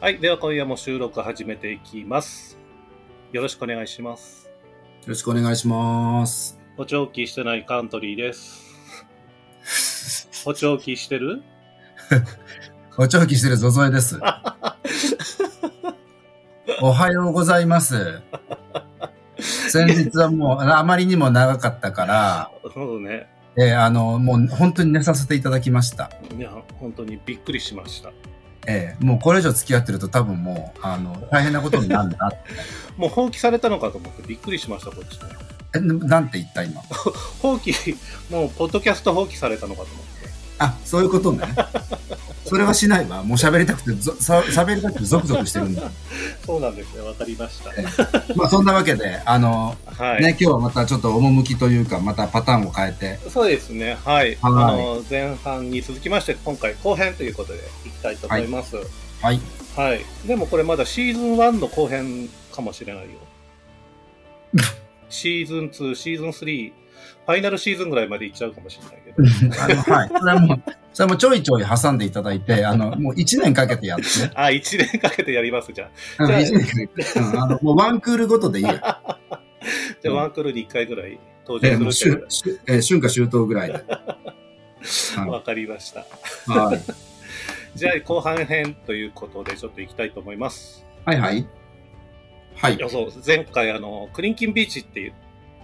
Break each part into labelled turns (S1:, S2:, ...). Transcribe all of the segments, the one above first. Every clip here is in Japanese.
S1: はい。では今夜も収録始めていきます。よろしくお願いします。
S2: よろしくお願いします。
S1: 補聴器してないカントリーです。補聴器してる
S2: お長期してるぞぞえです。おはようございます。先日はもう、あまりにも長かったから、
S1: そうね。
S2: えーあの、もう本当に寝させていただきました。
S1: いや、本当にびっくりしました。
S2: えーもうこれ以上付き合ってると多分もう、あの、大変なことになるな。
S1: もう放棄されたのかと思ってびっくりしました、こっちも。
S2: え、なんて言った今。
S1: 放棄、もうポッドキャスト放棄されたのかと思って。
S2: あ、そういうことね。それはしないわ。もう喋りたくてぞ、さ喋りたくてゾクゾクしてるんだ。
S1: そうなんですね。わかりました。
S2: まあそんなわけで、あの、
S1: はい。
S2: ね、今日はまたちょっと趣というか、またパターンを変えて、
S1: そうですね。はい。あの、前半に続きまして、今回後編ということでいきたいと思います。はい。
S2: はい。
S1: でもこれまだシーズン1の後編かもしれないよ。シーズン2、シーズン3、ファイナルシーズンぐらいまでいっちゃうかもしれないけど。
S2: あのはい。それはもう、それはもうちょいちょい挟んでいただいて、あの、もう1年かけてやって。
S1: あ、1年かけてやります、じゃあ。
S2: うん
S1: じゃあ
S2: 一年かけてうんあの、もうワンクールごとでいい よ。
S1: じゃあ、ワンクールに1回ぐらい登
S2: えーも
S1: 場
S2: う
S1: する
S2: 春春えー春夏秋冬ぐらいで。
S1: けど、
S2: は
S1: わかりました。
S2: いはい。
S1: じゃあ、後半編ということで、ちょっと行きたいと思います。
S2: はいはい。はい
S1: いや、。そう、前回、あの、クリンキンビーチっていう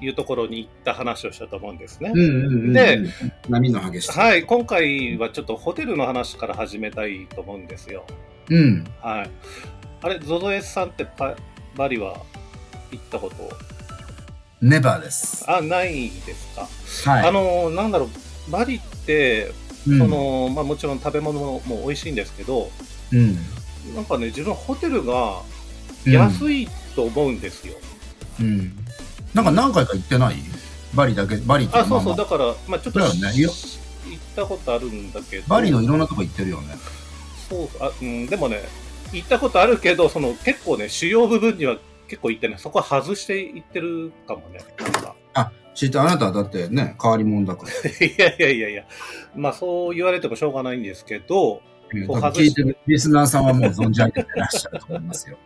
S1: いうところに行った話をしたと思うんですね。
S2: うんうんうんうん。
S1: で
S2: 波の激しさ。
S1: はい、今回はちょっとホテルの話から始めたいと思うんですよ。
S2: うん。
S1: はい。あれ、ゾゾエさんってパバリは行ったこと
S2: ネバーです。
S1: あ、ないですか、
S2: はい。
S1: あの、なんだろう、バリって、
S2: うん、
S1: その、まあもちろん食べ物も美味しいんですけど、
S2: うん、
S1: なんかね、自分ホテルが
S2: うん。
S1: 安いと思うんですよ。
S2: うん。なんか何回か行ってないバリだけ、バリって
S1: あ、そうそう、
S2: ま
S1: だから、まあちょっと、
S2: だよねい
S1: 行
S2: や
S1: ったことあるんだけど。
S2: バリのいろんなとこ行ってるよね。
S1: そうあ、うん、でもね、行ったことあるけど、その結構ね、主要部分には結構行ってね、そこは外して行ってるかもね、なんか。
S2: 知って、あなたはだってね、変わり者だから。
S1: いやいやいやいや、まあそう言われてもしょうがないんですけど、
S2: うん
S1: こう
S2: 多分
S1: 外
S2: 聞
S1: し
S2: いてるリスナーさんはもう存じ上げてらっしゃると思います よ。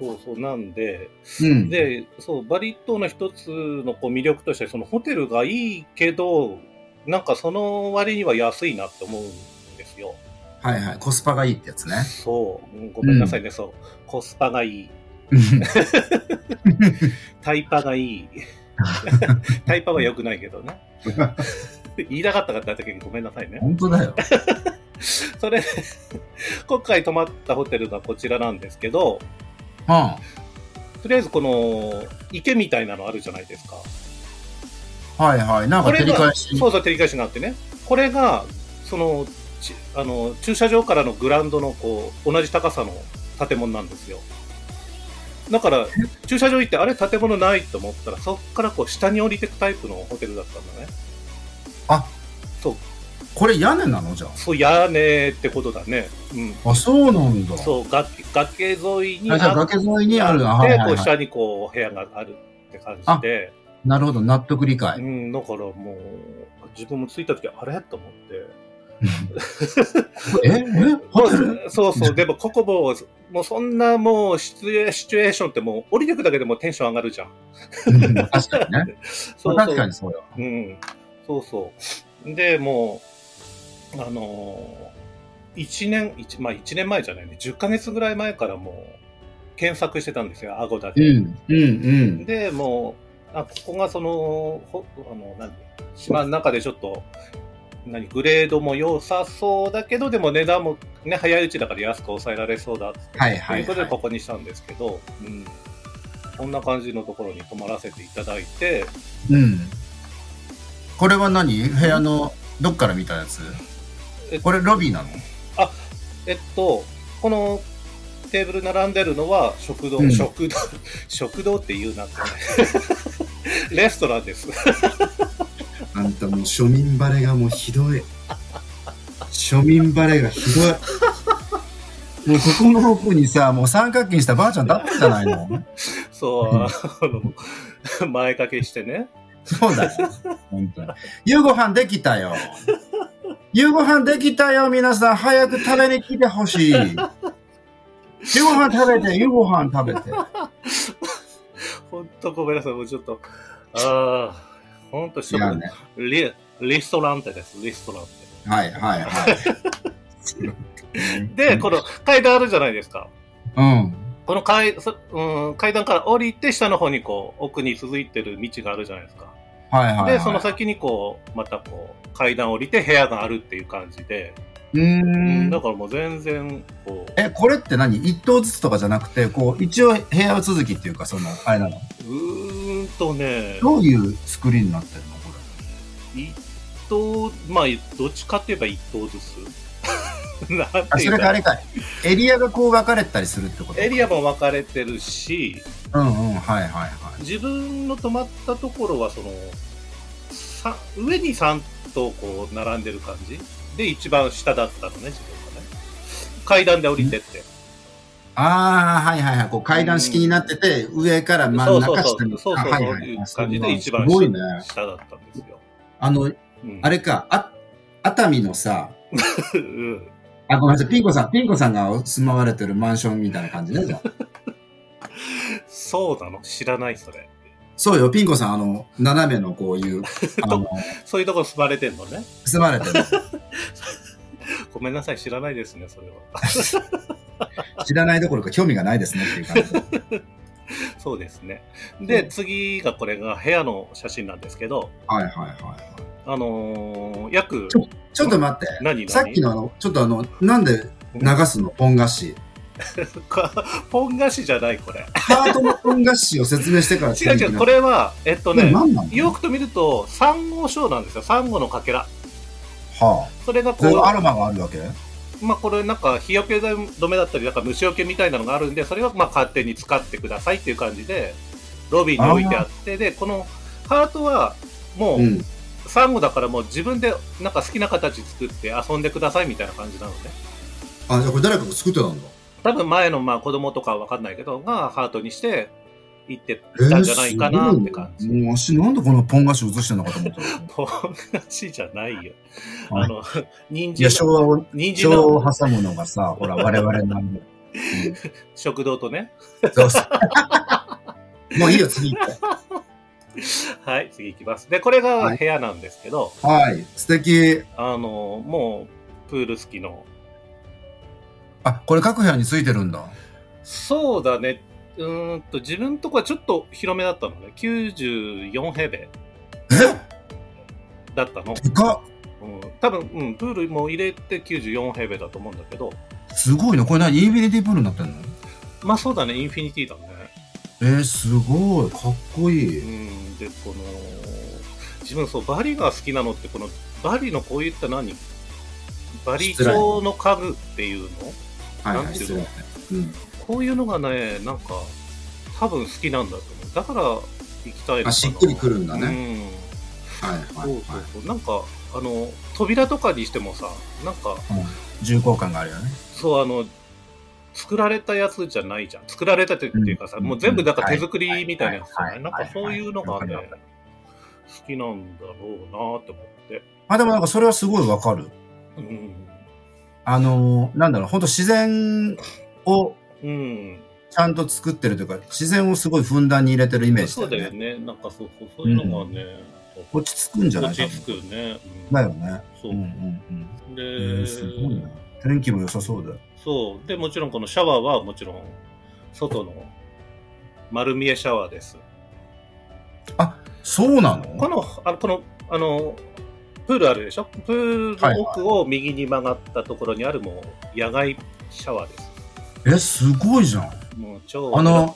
S1: そうそうなんで、
S2: うん。
S1: で、そう、バリ島の一つのこう魅力として、そのホテルがいいけど、なんかその割には安いなって思うんですよ。
S2: はいはい。コスパがいいってやつね。
S1: そう、うんごめんなさいね、そう、コスパがいい、タイパがい い、タイパは良くないけどね。言いたかった方だけにごめんなさいね。
S2: 本当だよ。
S1: それで、 今回泊まったホテルがこちらなんですけど、
S2: は
S1: とりあえずこの池みたいなのあるじゃないですか。
S2: あ、はいはい。なんか照り
S1: が、
S2: 返し。
S1: そうそう、照り返しがあってね。これが、その、ちあの、駐車場からのグラウンドのこう、同じ高さの建物なんですよ。だから、駐車場行って、あれ建物ないと思ったら、そっからこう、下に降りてくタイプのホテルだったんだね。
S2: あ、
S1: そう、
S2: これ屋根なのじゃ
S1: そう、屋根ってことだね。うん。
S2: あ。あ、そうなんだ。
S1: そう、崖崖沿いに
S2: あじゃあ崖沿いにある。あはい
S1: で、
S2: は
S1: こ
S2: いうはい。
S1: 下にこう部屋があるって感じで、
S2: なるほど。納得理
S1: う
S2: 解。
S1: ん、だからもう、自分も着いた時あれと思って。
S2: ええホテル
S1: もうそう そう、でもここもう、もうそんなもうシチュエシチュエーションってもう降りてくだけでもうテンション上がるじゃん。
S2: うん確かにね。
S1: そう
S2: まあ
S1: そう
S2: 確かにそうよ。
S1: うん、そうそう。で、もう、あのー、1年、一まあ一年前じゃないね、10ヶ月ぐらい前からもう検索してたんですよ、アゴダ
S2: う
S1: で。
S2: ん、うん、うん。
S1: で、もう、あ、ここがその、ほあの、何島の中でちょっと、何グレードも良さそうだけど、でも値段もね、早いうちだから安く抑えられそうだっつって
S2: はいはいは
S1: とい
S2: い
S1: うことでここにしたんですけど、うん。こんな感じのところに泊まらせていただいて、
S2: うん。これは何部屋の、どっから見たやつ
S1: え
S2: これロビーなの
S1: えっと、このテーブル並んでるのは食堂、
S2: うん
S1: 食堂、 食堂って言うなって、ね、 レストランです。
S2: あんたもう庶民バレがもうひどい。庶民バレがひどい。もうここの奥にさ、もう三角形にしたばあちゃんだったじゃないの。
S1: そう、あの、前掛けしてね。
S2: そうだよ。本当に。夕ご飯できたよ。夕ご飯できたよ、皆さん。早く食べに来てほしい。夕ご飯食べて、夕ご飯食べて。
S1: 本当ごめんなさい、もうちょっと。ああ、本当
S2: 違うね。
S1: リ、リストランテです、リストランテ。
S2: はいはいはい。
S1: で、この階段あるじゃないですか。
S2: うん。
S1: この階、そうん、階段から降りて、下の方にこう、奥に続いてる道があるじゃないですか。
S2: はいはい、はい。
S1: で、その先にこう、またこう、階段降りて部屋があるっていう感じで、
S2: うーん
S1: だ。からもう全然、こ
S2: え、これって何一棟ずつとかじゃなくて、こう、一応部屋続きっていうか、その、あれな
S1: う、
S2: の。
S1: うーんとね、
S2: どういう作りになってるのこ
S1: 一棟、まあ、どっちかって言えば一棟ずつ。 なんていう
S2: れ。あ、そ
S1: か
S2: れかあれかい。エリアがこう分かれてたりするってこと
S1: エリアも分かれてるし、
S2: うんうん、はいはいはい。
S1: 自分の泊まったところはそのさ上に3棟こう並んでる感じで一番下だったのね自分がね階段で降りてって、
S2: ああ、はいはいはい。こう階段式になってて、上から
S1: そ
S2: 真ん
S1: うそう
S2: 中
S1: そう
S2: 下に。
S1: そうそう
S2: あ
S1: そう
S2: はい
S1: いう感じで一番
S2: すご
S1: 下
S2: いね。
S1: 下だったんですよ、
S2: あの、
S1: うん
S2: あれか、あ、熱海のさ、
S1: うん
S2: あ、ごめんなさい、ピンコさん、ピンコさんが住まわれてるマンションみたいな感じね、じゃあ。
S1: そうなの知らないそれ
S2: そうよ、ピンコさん、あの、斜めのこう いう、あの、
S1: そういうところ住まれてんのね
S2: 住まれてる。
S1: ごめんなさい知らないですねそれは
S2: 知らないどころか興味がないですねっていう感じ。
S1: そうですねで、
S2: うん
S1: 次がこれが部屋の写真なんですけど
S2: はいはいはいはい。
S1: あのー約
S2: ちょちょっと待って。
S1: 何何
S2: さっきのあの、ちょっとあの、なんで流すのポン菓子。
S1: ポン菓子じゃないこれ
S2: ハートのポン菓子を説明してから
S1: 違う違う、こ
S2: れ、
S1: れは、えっと
S2: ね、
S1: ね、
S2: 何なの
S1: よくと見ると、サンゴ礁なんですよ、サンゴのかけら。
S2: は
S1: それが
S2: あ。それ
S1: こ
S2: アロマがあるわけ
S1: う、まあ、これなんか、日よけ止めだったり、なんか虫よけみたいなのがあるんで、それをまあ勝手に使ってくださいっていう感じで、ロビーに置いてあって、で、このハートは、もう、
S2: うん。
S1: サンゴだからもう自分でなんか好きな形作って遊んでくださいみたいな感じなのね。
S2: あ、じゃあこれ誰かが作ってたんだ。
S1: 多分前のまあ子供とかはわかんないけど、がハートにして行ってたんじゃないかなって感じ。
S2: えーすごいねもう足なんでこんなポン菓子映してんのかと思ったの
S1: ポン菓子じゃないよ。
S2: はい
S1: あの、人
S2: いや、
S1: 参
S2: 昭和を、
S1: 人参
S2: 昭和
S1: の
S2: を挟むのがさ、ほら、我々なんで。
S1: 食堂とね。
S2: うんそうそう もういいよ、次行って。
S1: はい、次行きます。で、これ
S2: は
S1: が
S2: い
S1: 部屋なんですけど、
S2: はい、素敵。
S1: あの、もう、プール付きの。
S2: あ、これ各部屋についてるんだ。
S1: そうだね。うーんと、自分とこはちょっと広めだったのね。94平米
S2: え
S1: だったの。
S2: でかっ
S1: うん、多分、うん、プールも入れて94平米だと思うんだけど、
S2: すごいな。これ何インフィニティプールになってんの
S1: まあそうだね、インフィニティだね。
S2: えー、すごい。かっこいうい。
S1: ん、で、この、自分そう、バリが好きなのって、この、バリのこういった何バリ調の家具っていうの
S2: はいは
S1: なん
S2: い、
S1: てい
S2: す
S1: う
S2: ごい
S1: の
S2: ね。うん。
S1: こういうのがね、なんか、多分好きなんだと思う。だから、行きたいのかな
S2: あ、しっくりくるんだね。
S1: ね。う
S2: はい
S1: ん。
S2: は
S1: そ
S2: いうはい。
S1: そうそう。なんか、あの、扉とかにしてもさ、なんか、
S2: 重厚感があるよね。
S1: そう、あの、作られたやつじゃないじゃん。作られたっていうかさ、
S2: うん
S1: もう全部なんか
S2: はい
S1: 手作りみたいなやつじゃ
S2: は
S1: ないいなんかそういうのがね
S2: はいはいは、
S1: 好きなんだろうなって思って。
S2: あ、でもなんかそれはすごいわかる。
S1: うん。
S2: あのーなんだろう、本当自然を
S1: うん。
S2: ちゃんと作ってるというか、自然をすごいふんだんに入れてるイメージだ
S1: そう
S2: よ
S1: だよ
S2: ね。
S1: ね。なんかそうそう、そういうのがね、
S2: 落ち着くんじゃない
S1: 落
S2: か
S1: ち着くね。うん
S2: だよね。
S1: そううん
S2: う。んうん。
S1: で、
S2: えー、すごいな。天気も良さそうだよ。
S1: そう。で、もちろんこのシャワーはもちろん、外の丸見えシャワーです。
S2: そうな
S1: こ
S2: の
S1: の、あの、この、あの、プールあるでしょプールの奥を右に曲がったところにあるもう、野外シャワーです。
S2: え、すごいじゃん。
S1: もう超、
S2: あの、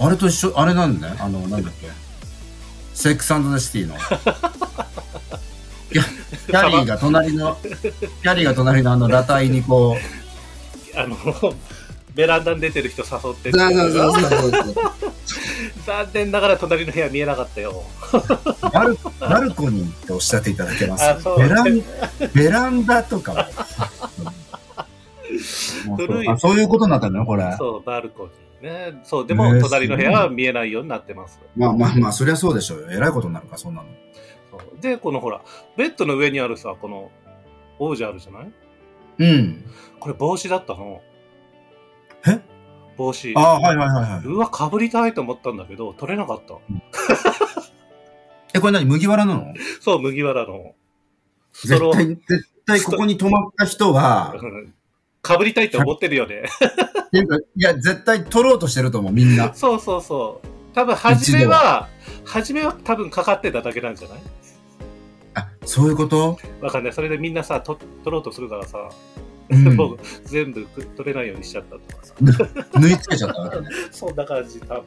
S2: あれと一緒、あれなんだね。あの、なんだっけ。セックスザ・シテ ィの。キャキャリーが隣の、キャリーが隣のあの、裸体にこう、
S1: あの、 ベランダに出てる人誘ってて
S2: ザーザーザーザーザーザ
S1: 残念ながら隣の部屋見えなかったよ。
S2: ーバルバルコニーっておっしゃっていただけま
S1: あ
S2: す
S1: そう
S2: ベランベランダとか ももうそう
S1: 古い
S2: あそういうことになったのよこれ
S1: そう、バルコニーね。そう、でも、
S2: ねえ
S1: 隣の部屋は見えないようになってます。
S2: まあまあまあそりゃそうでしょうよえらいことになるかそんなの
S1: そうで、このほら、ベッドの上にあるさ、この、王者あるじゃない
S2: うん
S1: これ帽子だったの。帽子。
S2: ああ、はいはいはいはい。
S1: うわ、かぶりたいと思ったんだけど、取れなかった。
S2: え、これ何麦わらなの
S1: そう、麦わらの。そ
S2: 絶
S1: の、
S2: 対、絶対ここに泊まった 人は、
S1: かぶりたいって思ってるよね。
S2: っていうかいや、絶対取ろうとしてると思う、みんな。
S1: そうそうそう。多分、初めは、初めは多分かかってただけなんじゃない
S2: あ、そういうこと
S1: わかんない。それでみんなさ、と取ろうとするからさ、
S2: うん
S1: 僕、全部く取れないようにしちゃったとかさ。
S2: 縫い付けちゃったわけね。
S1: そんな感じ、多分。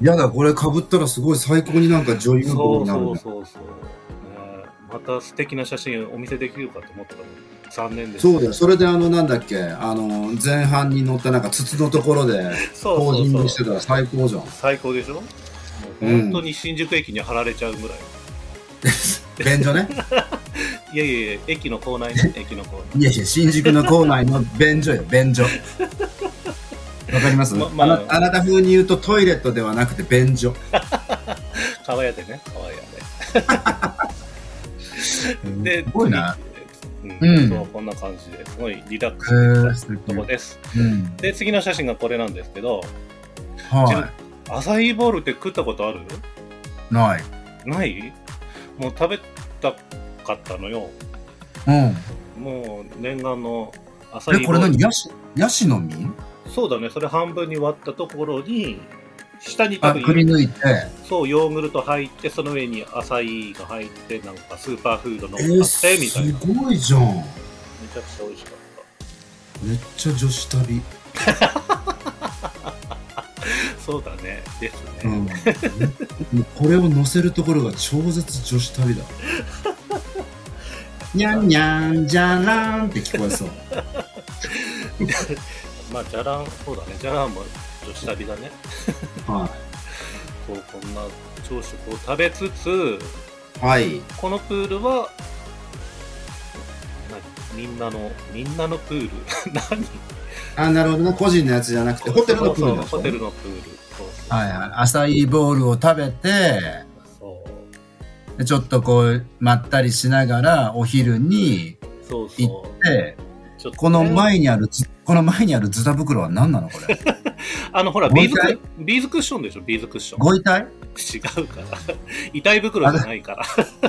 S2: やだ、これ被ったらすごい最高になんか女優像
S1: そう
S2: になるね
S1: そうそうそう。ねまた素敵な写真お見せできるかと思ったのに、残念です。
S2: そうだよ。それであの、なんだっけ、あの、前半に乗ったなんか筒のところで、
S1: そ
S2: ポ
S1: う
S2: ー
S1: そう
S2: ジン
S1: そう
S2: グしてたら最高じゃん。
S1: 最高でしょもう
S2: うん
S1: 本当に新宿駅に貼られちゃうぐらい。
S2: 便所ね。
S1: いやいやいや、駅の構内 ね、駅の構内。
S2: いやいや、新宿の構内の便所よ、便所。わかります、
S1: ままあ
S2: あなあなた風に言うとトイレットではなくて便所。
S1: 川屋でね、川屋 で。
S2: す
S1: で、
S2: ごいな。
S1: 次。
S2: う
S1: うんん、そう、こんな感じですごいリラック
S2: へー
S1: スし
S2: 素
S1: た
S2: 敵
S1: とこです。
S2: うん。
S1: で、次の写真がこれなんですけど、
S2: は
S1: アサイーボールって食ったことある
S2: い。ない。
S1: ないもう食べたかったのよ。
S2: うん。
S1: もう念願のアサイー
S2: え、
S1: ボール。
S2: これ何ヤシ、ヤシの実
S1: そうだね、それ半分に割ったところに、下に多
S2: あ、
S1: 分
S2: くり抜いて。
S1: そう、ヨーグルト入って、その上にアサイーが入って、なんかスーパーフードの
S2: え
S1: あって、
S2: ー、
S1: みたい
S2: す
S1: な。め
S2: ごいじゃん。
S1: ちゃくちゃ美味しかっ
S2: めっちゃ女子旅。
S1: た。そうだね、です
S2: う
S1: ね。
S2: ん。もうこれを乗せるところが超絶女子 旅だ。にゃんにゃんじゃらんって聞こえそう。
S1: まあ、じゃらん、そうだね、じゃらんも女子旅だね。
S2: は
S1: そう、こんな朝食を食べつつ、
S2: い。はい。
S1: このプールは、何みんなの、みんなのプール 何
S2: あ、なるほどな。個人のやつじゃなくて、ホテルのプー
S1: そ
S2: ル
S1: う
S2: だ
S1: そうホテルのプール。そうそう
S2: はいはい。アサイーボールを食べて、
S1: そう
S2: でちょっとこう、まったりしながら、お昼に
S1: そう
S2: 行
S1: そ
S2: って、
S1: う。ちょっとね
S2: この前にあるず、この前にあるズタ袋は何なのこれ。
S1: あの、ほら、
S2: もう
S1: ビー
S2: 一
S1: ズ
S2: 回
S1: ク、ビーズクッションでしょ、ビーズクッション。
S2: ご遺体
S1: 違うから。 遺体袋じゃないから。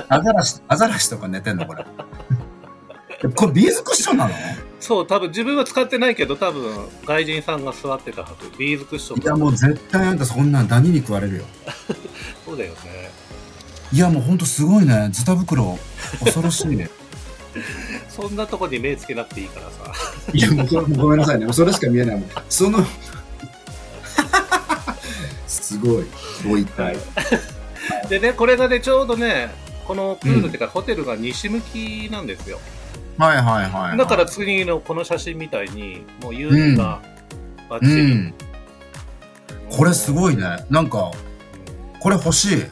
S2: アザラシ、アザラシとか寝てんのこれ。 これビーズクッションなのい
S1: そう、多分自分は使ってないけど、多分外人さんが座ってたはず。ビーズクッション
S2: やもう絶対あんたそんなんダニに食われるよ。
S1: そうだよね。
S2: いやもうほんとすごいね。ズタ袋、恐ろしいね。
S1: そんなとこに目つけなくていいからさ。
S2: いや、もうそれごめんなさいね。もうそれしか見えないもん。その、すごい、ご一体。
S1: でね、これがね、ちょうどね、このプールっていうか、ホテルが西向きなんですよ。
S2: はいはいはい、
S1: だから次のこの写真みたいに、もう夕日がバッ
S2: う
S1: チリ。
S2: ん。これす
S1: い。
S2: ごいね。なんか、これ欲しい。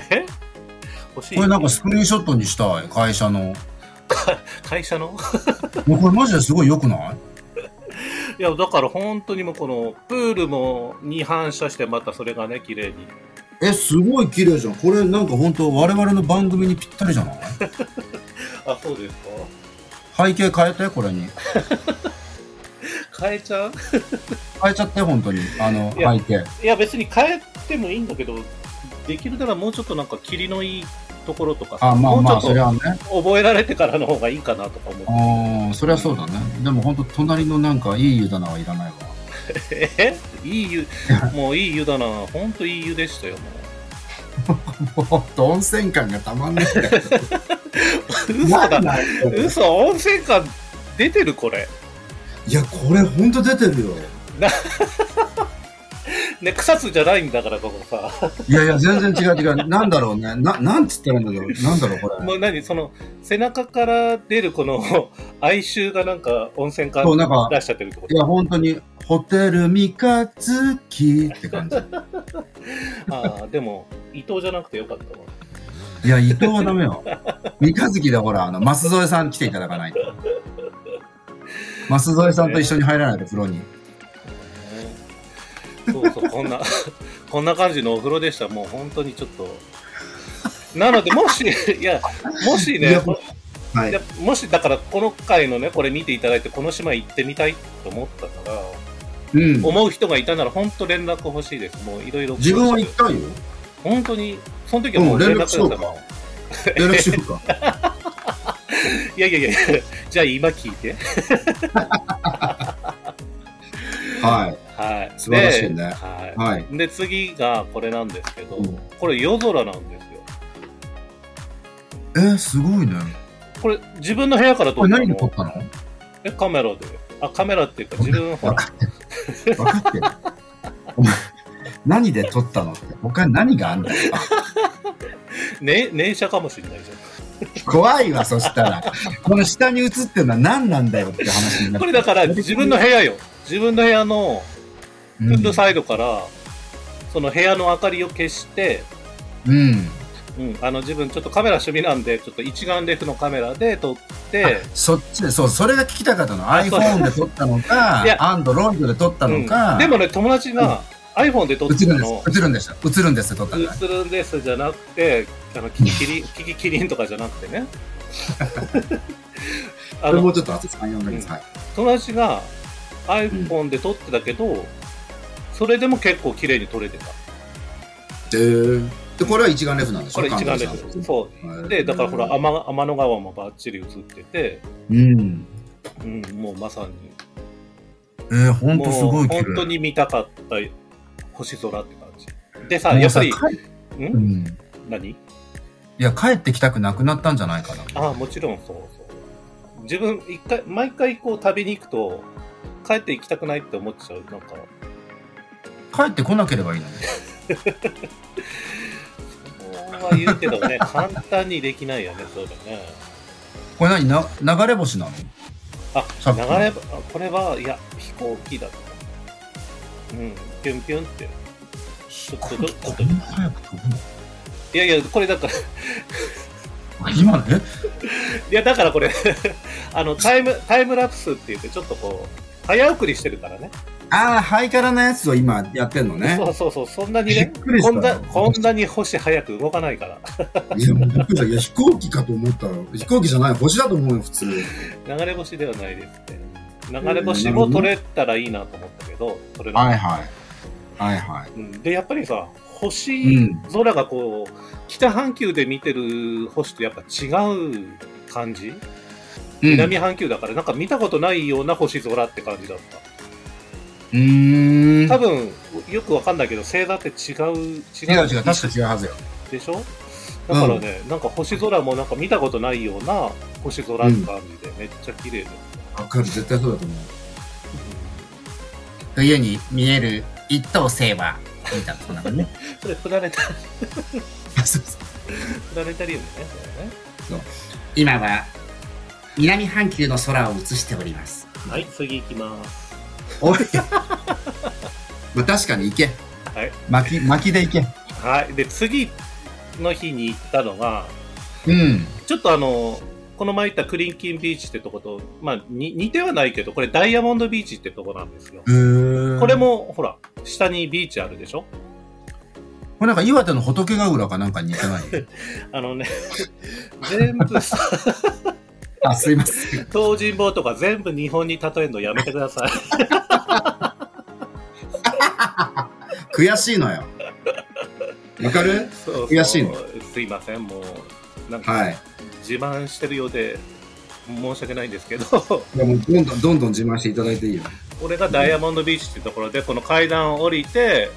S1: え欲しい
S2: これなんかスクリーンショットにしたい。会社の。
S1: 会社の
S2: もうこれマジですごい良くない
S1: いや、だから本当にもうこのプールもに反射して、またそれがね、綺麗に。
S2: え、すごい綺麗じゃん。これなんか本当我々の番組にぴったりじゃない
S1: あ、そうですか。
S2: 背景変えて、これに。
S1: 変えちゃう
S2: 変えちゃって、本当に。あの、
S1: いや
S2: 背景。
S1: いや別に変えてもいいんだけどできるならもうちょっとなんか霧のいいところとかさ
S2: あ、まあまあ、
S1: もうち
S2: そ
S1: ょっ
S2: れはね。
S1: と覚えられてからの方がいいかなとか思っ
S2: ああ、そりゃそうだね。でも本当隣のなんかいい湯棚はいらないわ。
S1: て えいい湯もういい湯だなほんといい湯でしたよも
S2: もう、温泉感がたまんない。
S1: う 嘘だ
S2: な
S1: 嘘温泉感出てるこれ
S2: いや、これ本当出てるよ。
S1: ね草津じゃないんだからここさ
S2: いやいや、全然違う違う。なんだろうね。な、なんつったらいいんだろう。なんだろう、これ。
S1: もう何その背中から出るこの 哀愁がなんか温泉感
S2: そうなんか
S1: 出しちゃってるってこ
S2: い
S1: と
S2: や、本当に、ホテル三日月って感じ。
S1: ああでも伊藤じゃなくてよかったわ
S2: いや、伊藤はダメよ。三日月でほら、あの、舛添さん来ていただかないと。舛添さんと一緒に入らないと、風呂に。
S1: そうそう、こんな、こんな感じのお風呂でした。もう本当にちょっと。なので、もし、いや、もしね、
S2: いや
S1: こ
S2: はい
S1: やもしだから、この回のね、これ見ていただいて、この島行ってみたいと思ったから、
S2: うん。
S1: 思う人がいたなら、本当連絡欲しいです。もういろいろ。
S2: 自分は行ったんよ。
S1: 本当に、その時はも
S2: うん、
S1: う連
S2: 連
S1: 絡だっ
S2: 絡しよ
S1: たか。。
S2: うから連絡しようか。
S1: いやいやいや、 じゃあ今聞いて。
S2: はい。
S1: はい。
S2: 素晴らしいね
S1: ではい。
S2: はい。
S1: で、次がこれなんですけど、
S2: うん
S1: これ夜空なんですよ。
S2: えー、すごいね。
S1: これ、自分の部屋から撮
S2: こ
S1: っ
S2: れ
S1: た
S2: 何で撮っ
S1: の
S2: たの
S1: えカメラで。あ、カメラっていうか、自分、ほら、
S2: 分かってる。分かってる。お前、何で撮ったのって、他に何があんだよ。
S1: ね、念写かもしれないじゃ。
S2: 怖いわ、そしたら。この下に映ってるのは何なんだよって話になんる。
S1: これだから、自分の部屋よ。自分の部屋の、
S2: う
S1: フット
S2: ん。
S1: サイドから、その部屋の明かりを消して、
S2: うん。
S1: うん、あの自分ちょっとカメラ趣味なんで、ちょっと一眼レフのカメラで撮って、
S2: そっちで、そう、それが聞きたかったの。
S1: あそう
S2: iPhone で撮ったのか
S1: いや、
S2: アンドロイドで撮った
S1: う
S2: の
S1: ん、
S2: か、
S1: でもね、友達が iPhone で撮っ
S2: 映
S1: て
S2: る
S1: た
S2: んで
S1: の、
S2: す。映るんです。映るんです。撮ったんだ。
S1: 映るんですじゃなくて、あのキキキリン、キキキリンとかじゃなくてね。あ
S2: これもう
S1: の
S2: ちょっと後で3、4ヶ月。
S1: う
S2: はい。
S1: 友達が iPhone で撮ってたけど、それでも結構綺麗に撮れてた。
S2: えーで、これは一眼レフなんでし
S1: こ
S2: ょ
S1: れ一眼レ
S2: 韓国
S1: フ。
S2: の
S1: そ
S2: は
S1: う。
S2: い
S1: で、だからほら、天天の川もバッチリ映ってて、
S2: うん。
S1: うん、もうまさに。
S2: えー、ほんとす
S1: も
S2: ご
S1: う
S2: い綺麗。
S1: 本当に見たかった星空って感じ。でさ、
S2: も
S1: や
S2: う
S1: っぱ
S2: さ
S1: り、
S2: 帰うんん。
S1: 何
S2: いや、帰ってきたくなくなったんじゃないかな。
S1: ああ、もちろんそうそう。自分、一回、毎回こう旅に行くと、帰って行きたくないって思っちゃう。なんか、も
S2: 帰ってこなければいいのに。
S1: うは言うけど ね、簡単にできないよね、そうだね。
S2: これ何な流れ星なの
S1: あ、
S2: さっき
S1: 流
S2: の
S1: れ、あこれは、いや、飛行機だと思う。うん、ピュンピュンって。ちょっとど、ちょっと、
S2: こんな早く飛ぶの
S1: いやいや、これだから、
S2: あ今のえ
S1: いや、だからこれ、 あの、タイム、タイムラプスって言って、ちょっとこう、早送りしてるからね。
S2: ああ、ハイカラなやつを今やってんのね。
S1: そうそうそう、そんなにね
S2: びっく、りし
S1: こ
S2: た
S1: んな、こんなに星早く動かないから。
S2: いや、もうびっくりしたいや、飛行機かと思ったら、飛行機じゃない、星だと思うよ、普通。
S1: 流れ星ではないですって。流れ星も取れたらいいなと思ったけど、取れな。
S2: はいいはい。はいはい。
S1: うん、で、やっぱりさ、
S2: う
S1: 星
S2: ん。
S1: 空がこう、北半球で見てる星とやっぱ違う感じ、南半球だから、なんか見たことないような星空って感じだった。
S2: うーん。
S1: 多分、よくわかんないけど、星座って違う、違う。
S2: 違う違う、確か違うはずよ。
S1: でしょだからね、なんか星空もなんか見たことないような星空って感じで、めっちゃ綺麗で。
S2: わかる、絶対そうだと思う。冬に見える一等星は、みたいな、そんな感じね。
S1: それ、振られた、 振
S2: あそうそう
S1: られたりよね、それね。
S3: 今は南半球の空を映しております
S1: はい、次行きます。
S2: おい。まあ、 確かに行け。
S1: はい。
S2: 巻き、巻きで行け。
S1: はい。で、次の日に行ったのが、
S2: うん。
S1: ちょっとあの、この前行ったクリンキンビーチってとこと、まあ、に似てはないけど、これダイヤモンドビーチってとこなんですよ。こ
S2: こ
S1: れ。も、ほら、下にビーチあるでしょ
S2: これなんか岩手の仏ヶ浦かなんかに似て ない。
S1: あの ね、全部さ、
S2: あ、すいません。
S1: 東尋坊とか全部日本に例えるのやめてください。
S2: 悔しいのよ。わかる
S1: そうそう
S2: 悔しいの
S1: すいませんもうなんか
S2: はい。
S1: 自慢してるようで申し訳ないんですけど
S2: いやもうどんどんどんどん自慢していただいていいよ。
S1: 俺がダイヤモンドビーチっていうところでこの階段を降りて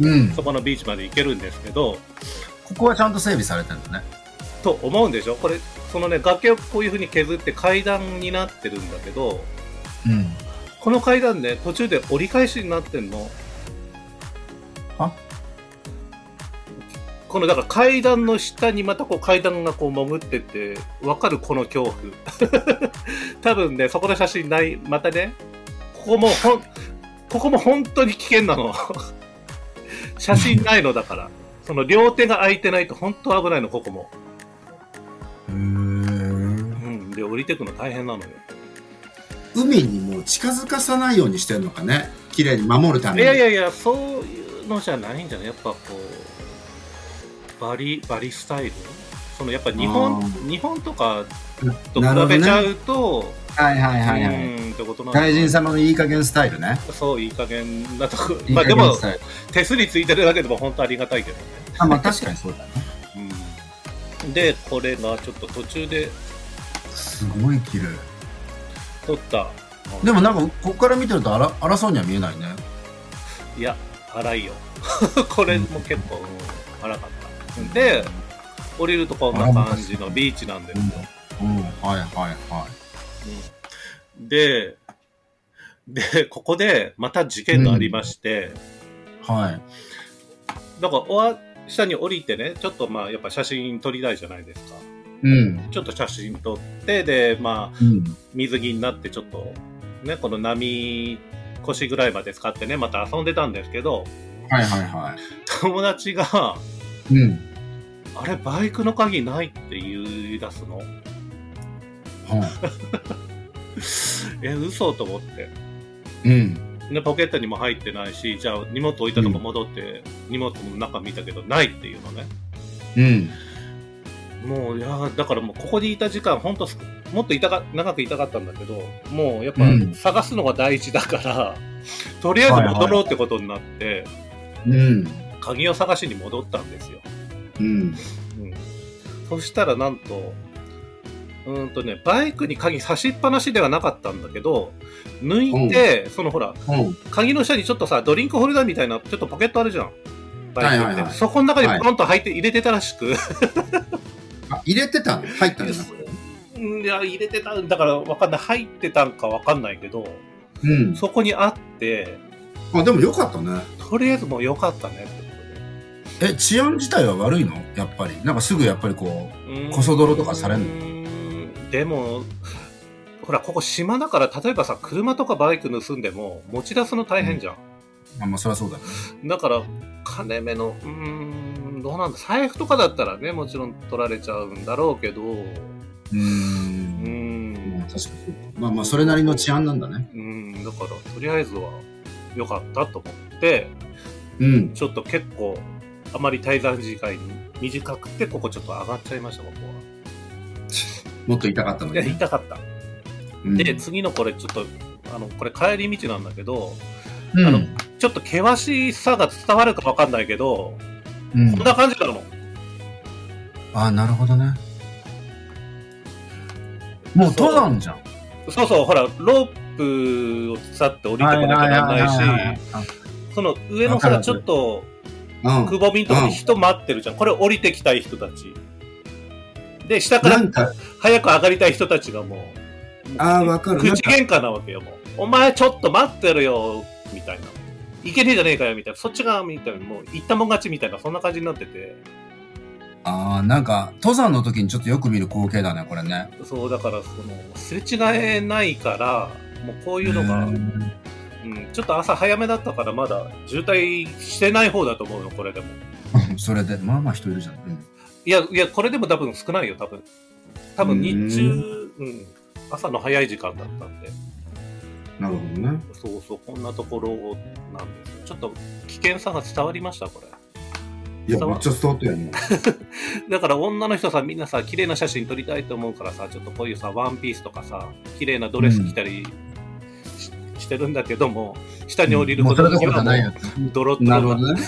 S2: うん。
S1: そこのビーチまで行けるんですけど
S2: ここはちゃんと整備されてるんだね。
S1: と思うんでしょこれそのね崖をこういう風に削って階段になってるんだけど
S2: うん。
S1: この階段ね途中で折り返しになってんの
S2: あ
S1: このだから階段の下にまたこう階段がこう潜ってってわかるこの恐怖 多分ねそこの写真ないまたねここもほんここも本当に危険なの 写真ないのだからその両手が空いてないと本当危ないのここもうんで降りてくの大変なのよ
S2: 海にもう近づかさないようにしてるのかね。綺麗に守るた
S1: い
S2: めに。
S1: やいやいや、そういうのじゃないんじゃないやっぱこう、バリ、バリスタイルそのやっぱ日本
S2: あ、
S1: 日本とかと
S2: なるほど
S1: 比
S2: ね
S1: べちゃうと、
S2: はいはいはいはい。
S1: うんってことなんだ
S2: 外人様のいい加減スタイルね。
S1: そういい加減なとこ
S2: いい
S1: まあ
S2: 加
S1: で
S2: 減
S1: も
S2: スタイル。
S1: 手すりついてるだけでも本当ありがたいけどね
S2: あまあ確かにそうだね。
S1: うんでこれがちょっと途中です
S2: ごい綺麗。
S1: 撮った
S2: でもなんかここから見てると荒荒そうには見えないね。
S1: いや荒いよ これも結構、うん、荒かったで降りるとこんな感じのビーチなんですよ、
S2: うん、はいはいは
S1: うんででここでまた事件がありまして、
S2: い。はい。
S1: なんかおわ下に降りてねちょっとまあやっぱ写真撮りたいじゃないですか
S2: うん。
S1: ちょっと写真撮ってでまあ
S2: うん。
S1: 水着になってちょっとねこの波腰ぐらいまで使ってねまた遊んでたんですけど
S2: はいはいは
S1: 友達が
S2: い。うん。
S1: 「あれバイクの鍵ない」って言い出すの
S2: は
S1: え嘘と思って
S2: い。うん。
S1: でポケットにも入ってないしじゃあ荷物置いたとこ戻って、荷物の中見たけどないっていうのね
S2: うん。
S1: もういやーだからもうここにいた時間ほんとすもっといたか長くいたかったんだけどもうやっぱ
S2: うん
S1: 探すのが大事だから、 とりあえず戻ろうってことになって、
S2: うん。
S1: 鍵を探しに戻ったんですよ
S2: うん。
S1: うんそしたらなんと、うーんとね、バイクに鍵差しっぱなしではなかったんだけど、抜いて、そのほら、
S2: うん。
S1: 鍵の下にちょっとさ、ドリンクホルダーみたいな、ちょっとポケットあるじゃん。バイクって、
S2: はいはいはい
S1: そこの中にポンと入って、入れてたらしく。
S2: あ、入れてたの入ったんじゃなくて。
S1: うんいや、入れてたんだからわかんない。入ってたんかわかんないけど、
S2: うん。
S1: そこにあって、
S2: あ、でもよかったね。
S1: とりあえずもう良かったねってこ
S2: え、治安自体は悪いのやっぱり。なんかすぐやっぱりこ
S1: とで。うん
S2: こそ泥とかされんの
S1: うんでも、ほら、ここ島だから、例えばさ、車とかバイク盗んでも、持ち出すの大変じゃん
S2: う、あ、まあそりゃそうだね。
S1: だから、金目の、うーん、どうなんだ、財布とかだったらね、もちろん取られちゃうんだろうけど、う
S2: うー
S1: ー
S2: ん。うん
S1: ん、
S2: 確かにそうか。まあまあそれなりの治安なんだね。
S1: うん、だから、とりあえずは良かったと思って、
S2: うん。
S1: ちょっと結構、あまり滞在時間短くて、ここちょっと上がっちゃいました、ここは。
S2: もっと痛かったの
S1: いや、
S2: にね。
S1: 痛かった。
S2: うん
S1: で、次のこれ、ちょっと、あの、これ帰り道なんだけど、
S2: うん
S1: あのちょっと険しさが伝わるかわかんないけど、
S2: うん
S1: こんな感じなの。
S2: あなるほどねもう登山じゃん
S1: そうそう、ほら、ロープを伝って降りてこなきゃならないし、その上の
S2: わか
S1: さ、
S2: る
S1: ちょっと、
S2: う
S1: くぼみのとこに人待ってるじゃん。これ降りてきたい人たち。で、下
S2: ん
S1: か
S2: な
S1: ら
S2: んか
S1: 早く上がりたい人たちがもう、
S2: あーわかる
S1: 口喧嘩なわけよ、もう。お前ちょっと待ってるよ、みたいな。いけねえじゃねえかよ、みたいな。そっち側、みたいな。もう、行ったもん勝ちみたいな、そんな感じになってて。
S2: あーなんか登山の時にちょっとよく見る光景だねこれね
S1: そう、だから、その、すれ違えないから、もうこういうのが、
S2: うん
S1: うん、ちょっと朝早めだったからまだ渋滞してない方だと思うのこれでも
S2: それでまあまあ人いるじゃん、うん
S1: いやいやこれでも多分少ないよ多分多分日中うん、朝の早い時間だったんで
S2: なるほどね
S1: そうそうこんなところなんですよちょっと危険さが伝わりましたこれ
S2: いやめっちゃ伝わったよね
S1: だから女の人さみんなさ綺麗な写真撮りたいと思うからさちょっとこういうさワンピースとかさ綺麗なドレス着たりし,、してるんだけども下に降りる
S2: も
S1: こ
S2: うそ
S1: と
S2: れどころじゃない
S1: は
S2: や
S1: もうドロッ
S2: つなるほどね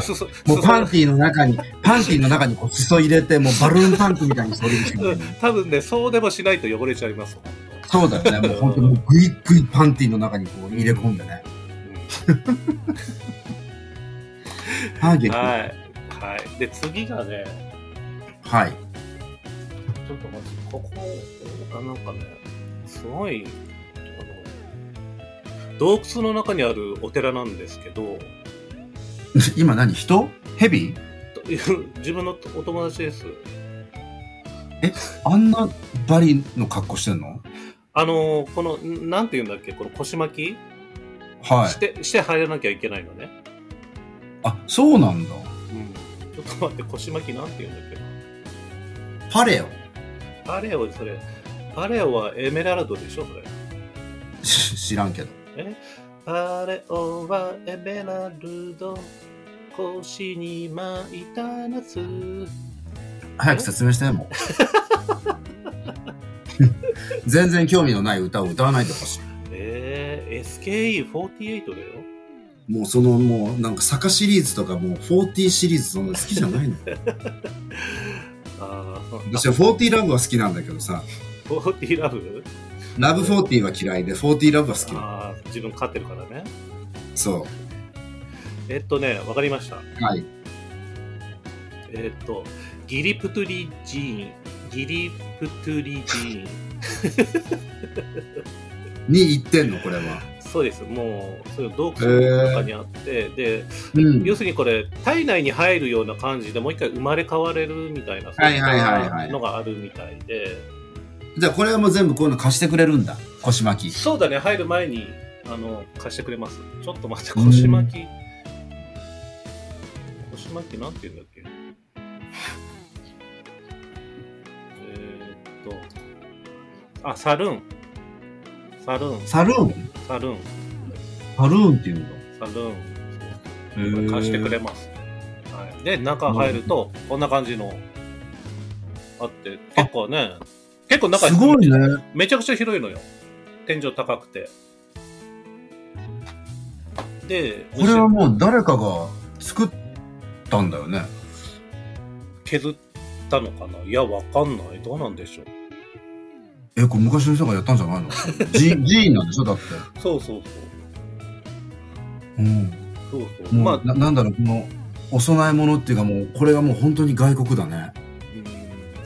S1: すす
S2: もう
S1: すす
S2: パンティーの中にパンティーの中にこう裾入れてもうバルーンパンティーみたいにしておるし
S1: うん多分ね、そうでもしないと汚れちゃいます。本
S2: そうだ よねもう本当にもうグイグイパンティーの中にこう入れ込んでねパン
S1: 当
S2: ティー
S1: はい。はい。で、次がね、
S2: は
S1: ち
S2: い
S1: ょっと待って、ここ、あなんかね、すごい、あの、洞窟の中にあるお寺なんですけど、
S2: 今何人ヘビ
S1: という自分のお友達です。
S2: あんなバリの格好してんの
S1: あの、この、んなんて言うんだっけ、この腰巻き、
S2: はい
S1: し。て、して入らなきゃいけないのね。
S2: あ、そうなんだ。
S1: うん。ちょっと待って、腰巻きなんて言うんだっけな。
S2: パレオ。
S1: バレオ、それ、バレオはエメラルドでしょ、それ。
S2: し知らんけど。
S1: あれオはエメラルド腰に巻いた夏
S2: 早く説明してもう。全然興味のない歌を歌わないでほしい。
S1: えー、SKE48 だよ。
S2: もうそのもうなんか坂シリーズとかもう40シリーズそんな好きじゃな いの。
S1: ああ、
S2: 私は40ラブは好きなんだけどさ、
S1: 40ラブ
S2: ラブ40は嫌いで40ラブは好きなの。
S1: ああ、自分勝ってるからね。
S2: そ
S1: えっとね、わかりました。
S2: う。はい。
S1: えっと、ギリプトゥリジーン。ギリプトゥリジーン。
S2: に行ってんのこれは。
S1: そうです。もう、そういう洞窟の中にあって、で、
S2: うん。
S1: 要するにこれ、体内に入るような感じでもう一回生まれ変われるみたいな、そう
S2: はいいうはいはいはい
S1: のがあるみたいで、
S2: じゃあこれはもう全部こういうの貸してくれるんだ。腰巻き。
S1: そうだね、入る前に、あの、貸してくれます。ちょっと待って、腰巻き。腰巻きなんて言うんだっけえーっと、あ、サルーン。サルーン、
S2: サルーン
S1: サルーン、
S2: サルーンっていうんだ。
S1: サルーン。
S2: へー
S1: 貸してくれます。はい、で、中入ると、こんな感じの、あって、結構ね、結構中、
S2: すごいね。
S1: めちゃくちゃ広いのよ。天井高くて。で、
S2: これはもう誰かが作ったんだよね。
S1: 削ったのかないや、わかんない。どうなんでしょう。
S2: え、これ昔の人がやったんじゃないの ジジーンなんでしょだって。
S1: そうそう
S2: うん。
S1: そう。そうそう。
S2: も
S1: ま
S2: う、
S1: あ、
S2: ななんだろう、この、お供え物っていうかもう、これはもう本当に外国だね。
S1: うん、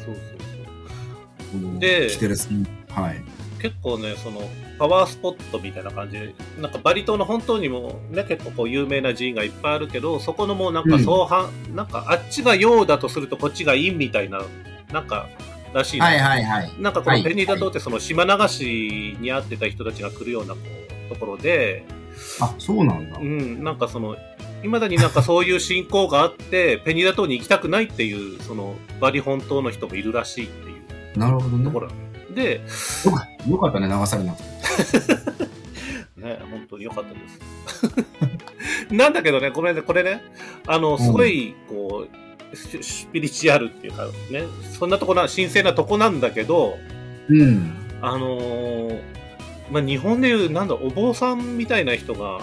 S1: そうそうそう。
S2: この
S1: で
S2: キテレスはい。
S1: 結構ね、その、パワースポットみたいな感じで、なんかバリ島の本当にもね、結構こう有名な寺院がいっぱいあるけど、そこのもうなんか
S2: うん
S1: 相反、なんかあっちが陽だとするとこっちが陰みたいな、なんか、らしいの
S2: はいはいはい。
S1: なんかこの
S2: はい
S1: ペニダ島ってその島流しにあってた人たちが来るようなこうところで、
S2: あ、そうなんだ
S1: う。ん、なんかその、いまだになんかそういう信仰があって、 ペニダ島に行きたくないっていう、そのバリ本島の人もいるらしいっていう
S2: なるほどね。
S1: ところ。で、
S2: よかったよかったね、流されなくて。
S1: ね、本当に良かったです。 なんだけどね、ごめんね、これね、あの、すごい、こう、シュスピリチュアルっていうか、ね、そんなとこな、神聖なとこなんだけど、
S2: うん。
S1: あのーまあ、日本でいう、なんだ、お坊さんみたいな人が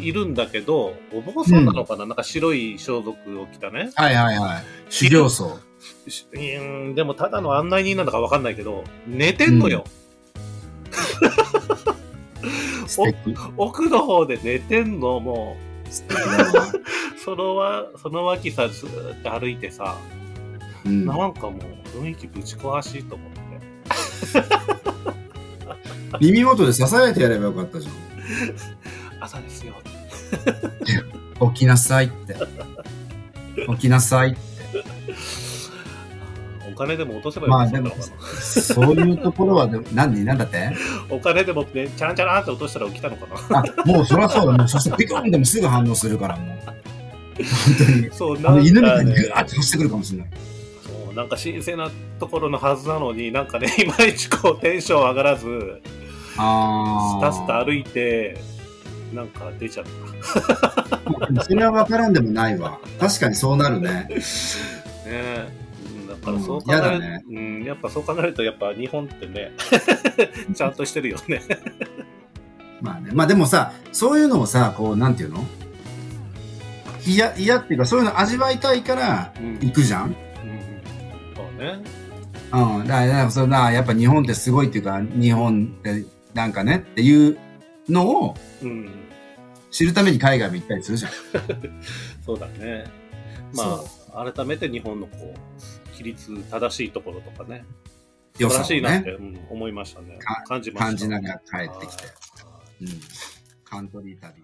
S1: いるんだけど、お坊さんなのかな、なんか白い装束を着たね。
S2: はいはいはい。修行僧。
S1: しうーん、でもただの案内人なのかわかんないけど、寝てんのよ。
S2: 素敵。
S1: 奥の方で寝てんの、もう。
S2: 素敵だな。
S1: そのわ、その脇さ、ずーっと歩いてさ、
S2: うん。
S1: なんかもう雰囲気ぶち壊しいと思って。
S2: 耳元で支えてやればよかったじゃん。
S1: 朝ですよ。
S2: 起きなさいって。起きなさい。
S1: お金でも落とせばよかったのかな。
S2: そういうところはで も、何、なんだって
S1: お金でもね、ちゃんちゃらーって落としたら起きたのかな。
S2: あ、もうそりゃそうだ。もうそしてピコンでもすぐ反応するから、もう。本当に。
S1: そう、
S2: あ
S1: な
S2: の犬
S1: ん
S2: みた
S1: か、
S2: いに
S1: ね
S2: グ、ワーって走ってくるかもしれない。
S1: そう、なんか神聖なところのはずなのに、なんかね、 いまいちこうテンション上がらず、
S2: あ
S1: スタスタ歩いて、なんか出ちゃった。
S2: て。それは分からんでもないわ。確かにそうなるね。
S1: ねうんだからそう
S2: うん
S1: 考え
S2: 嫌
S1: る、
S2: だね
S1: うん、やっぱそう考えると、やっぱ日本ってね、 ちゃんとしてるよ ね。
S2: まあね。まあでもさ、そういうのをさ、こう、なんていうのいや、いやっていうか、そういうの味わいたいから
S1: うん
S2: 行くじゃん。
S1: そうね。
S2: うん。だから、だからそんな、やっぱ日本ってすごいっていうか、日本ってなんかねっていうのを
S1: うん。
S2: 知るために海外も行ったりするじゃん。
S1: そうだね。まあ、改めて日本のこう、規律正しいところとかね、素
S2: 良
S1: 晴
S2: さ
S1: ら
S2: を
S1: しいなって、
S2: ね、
S1: うん思いましたね
S2: か。
S1: 感じました。
S2: 感じながら帰ってきて。うん。カントリー旅。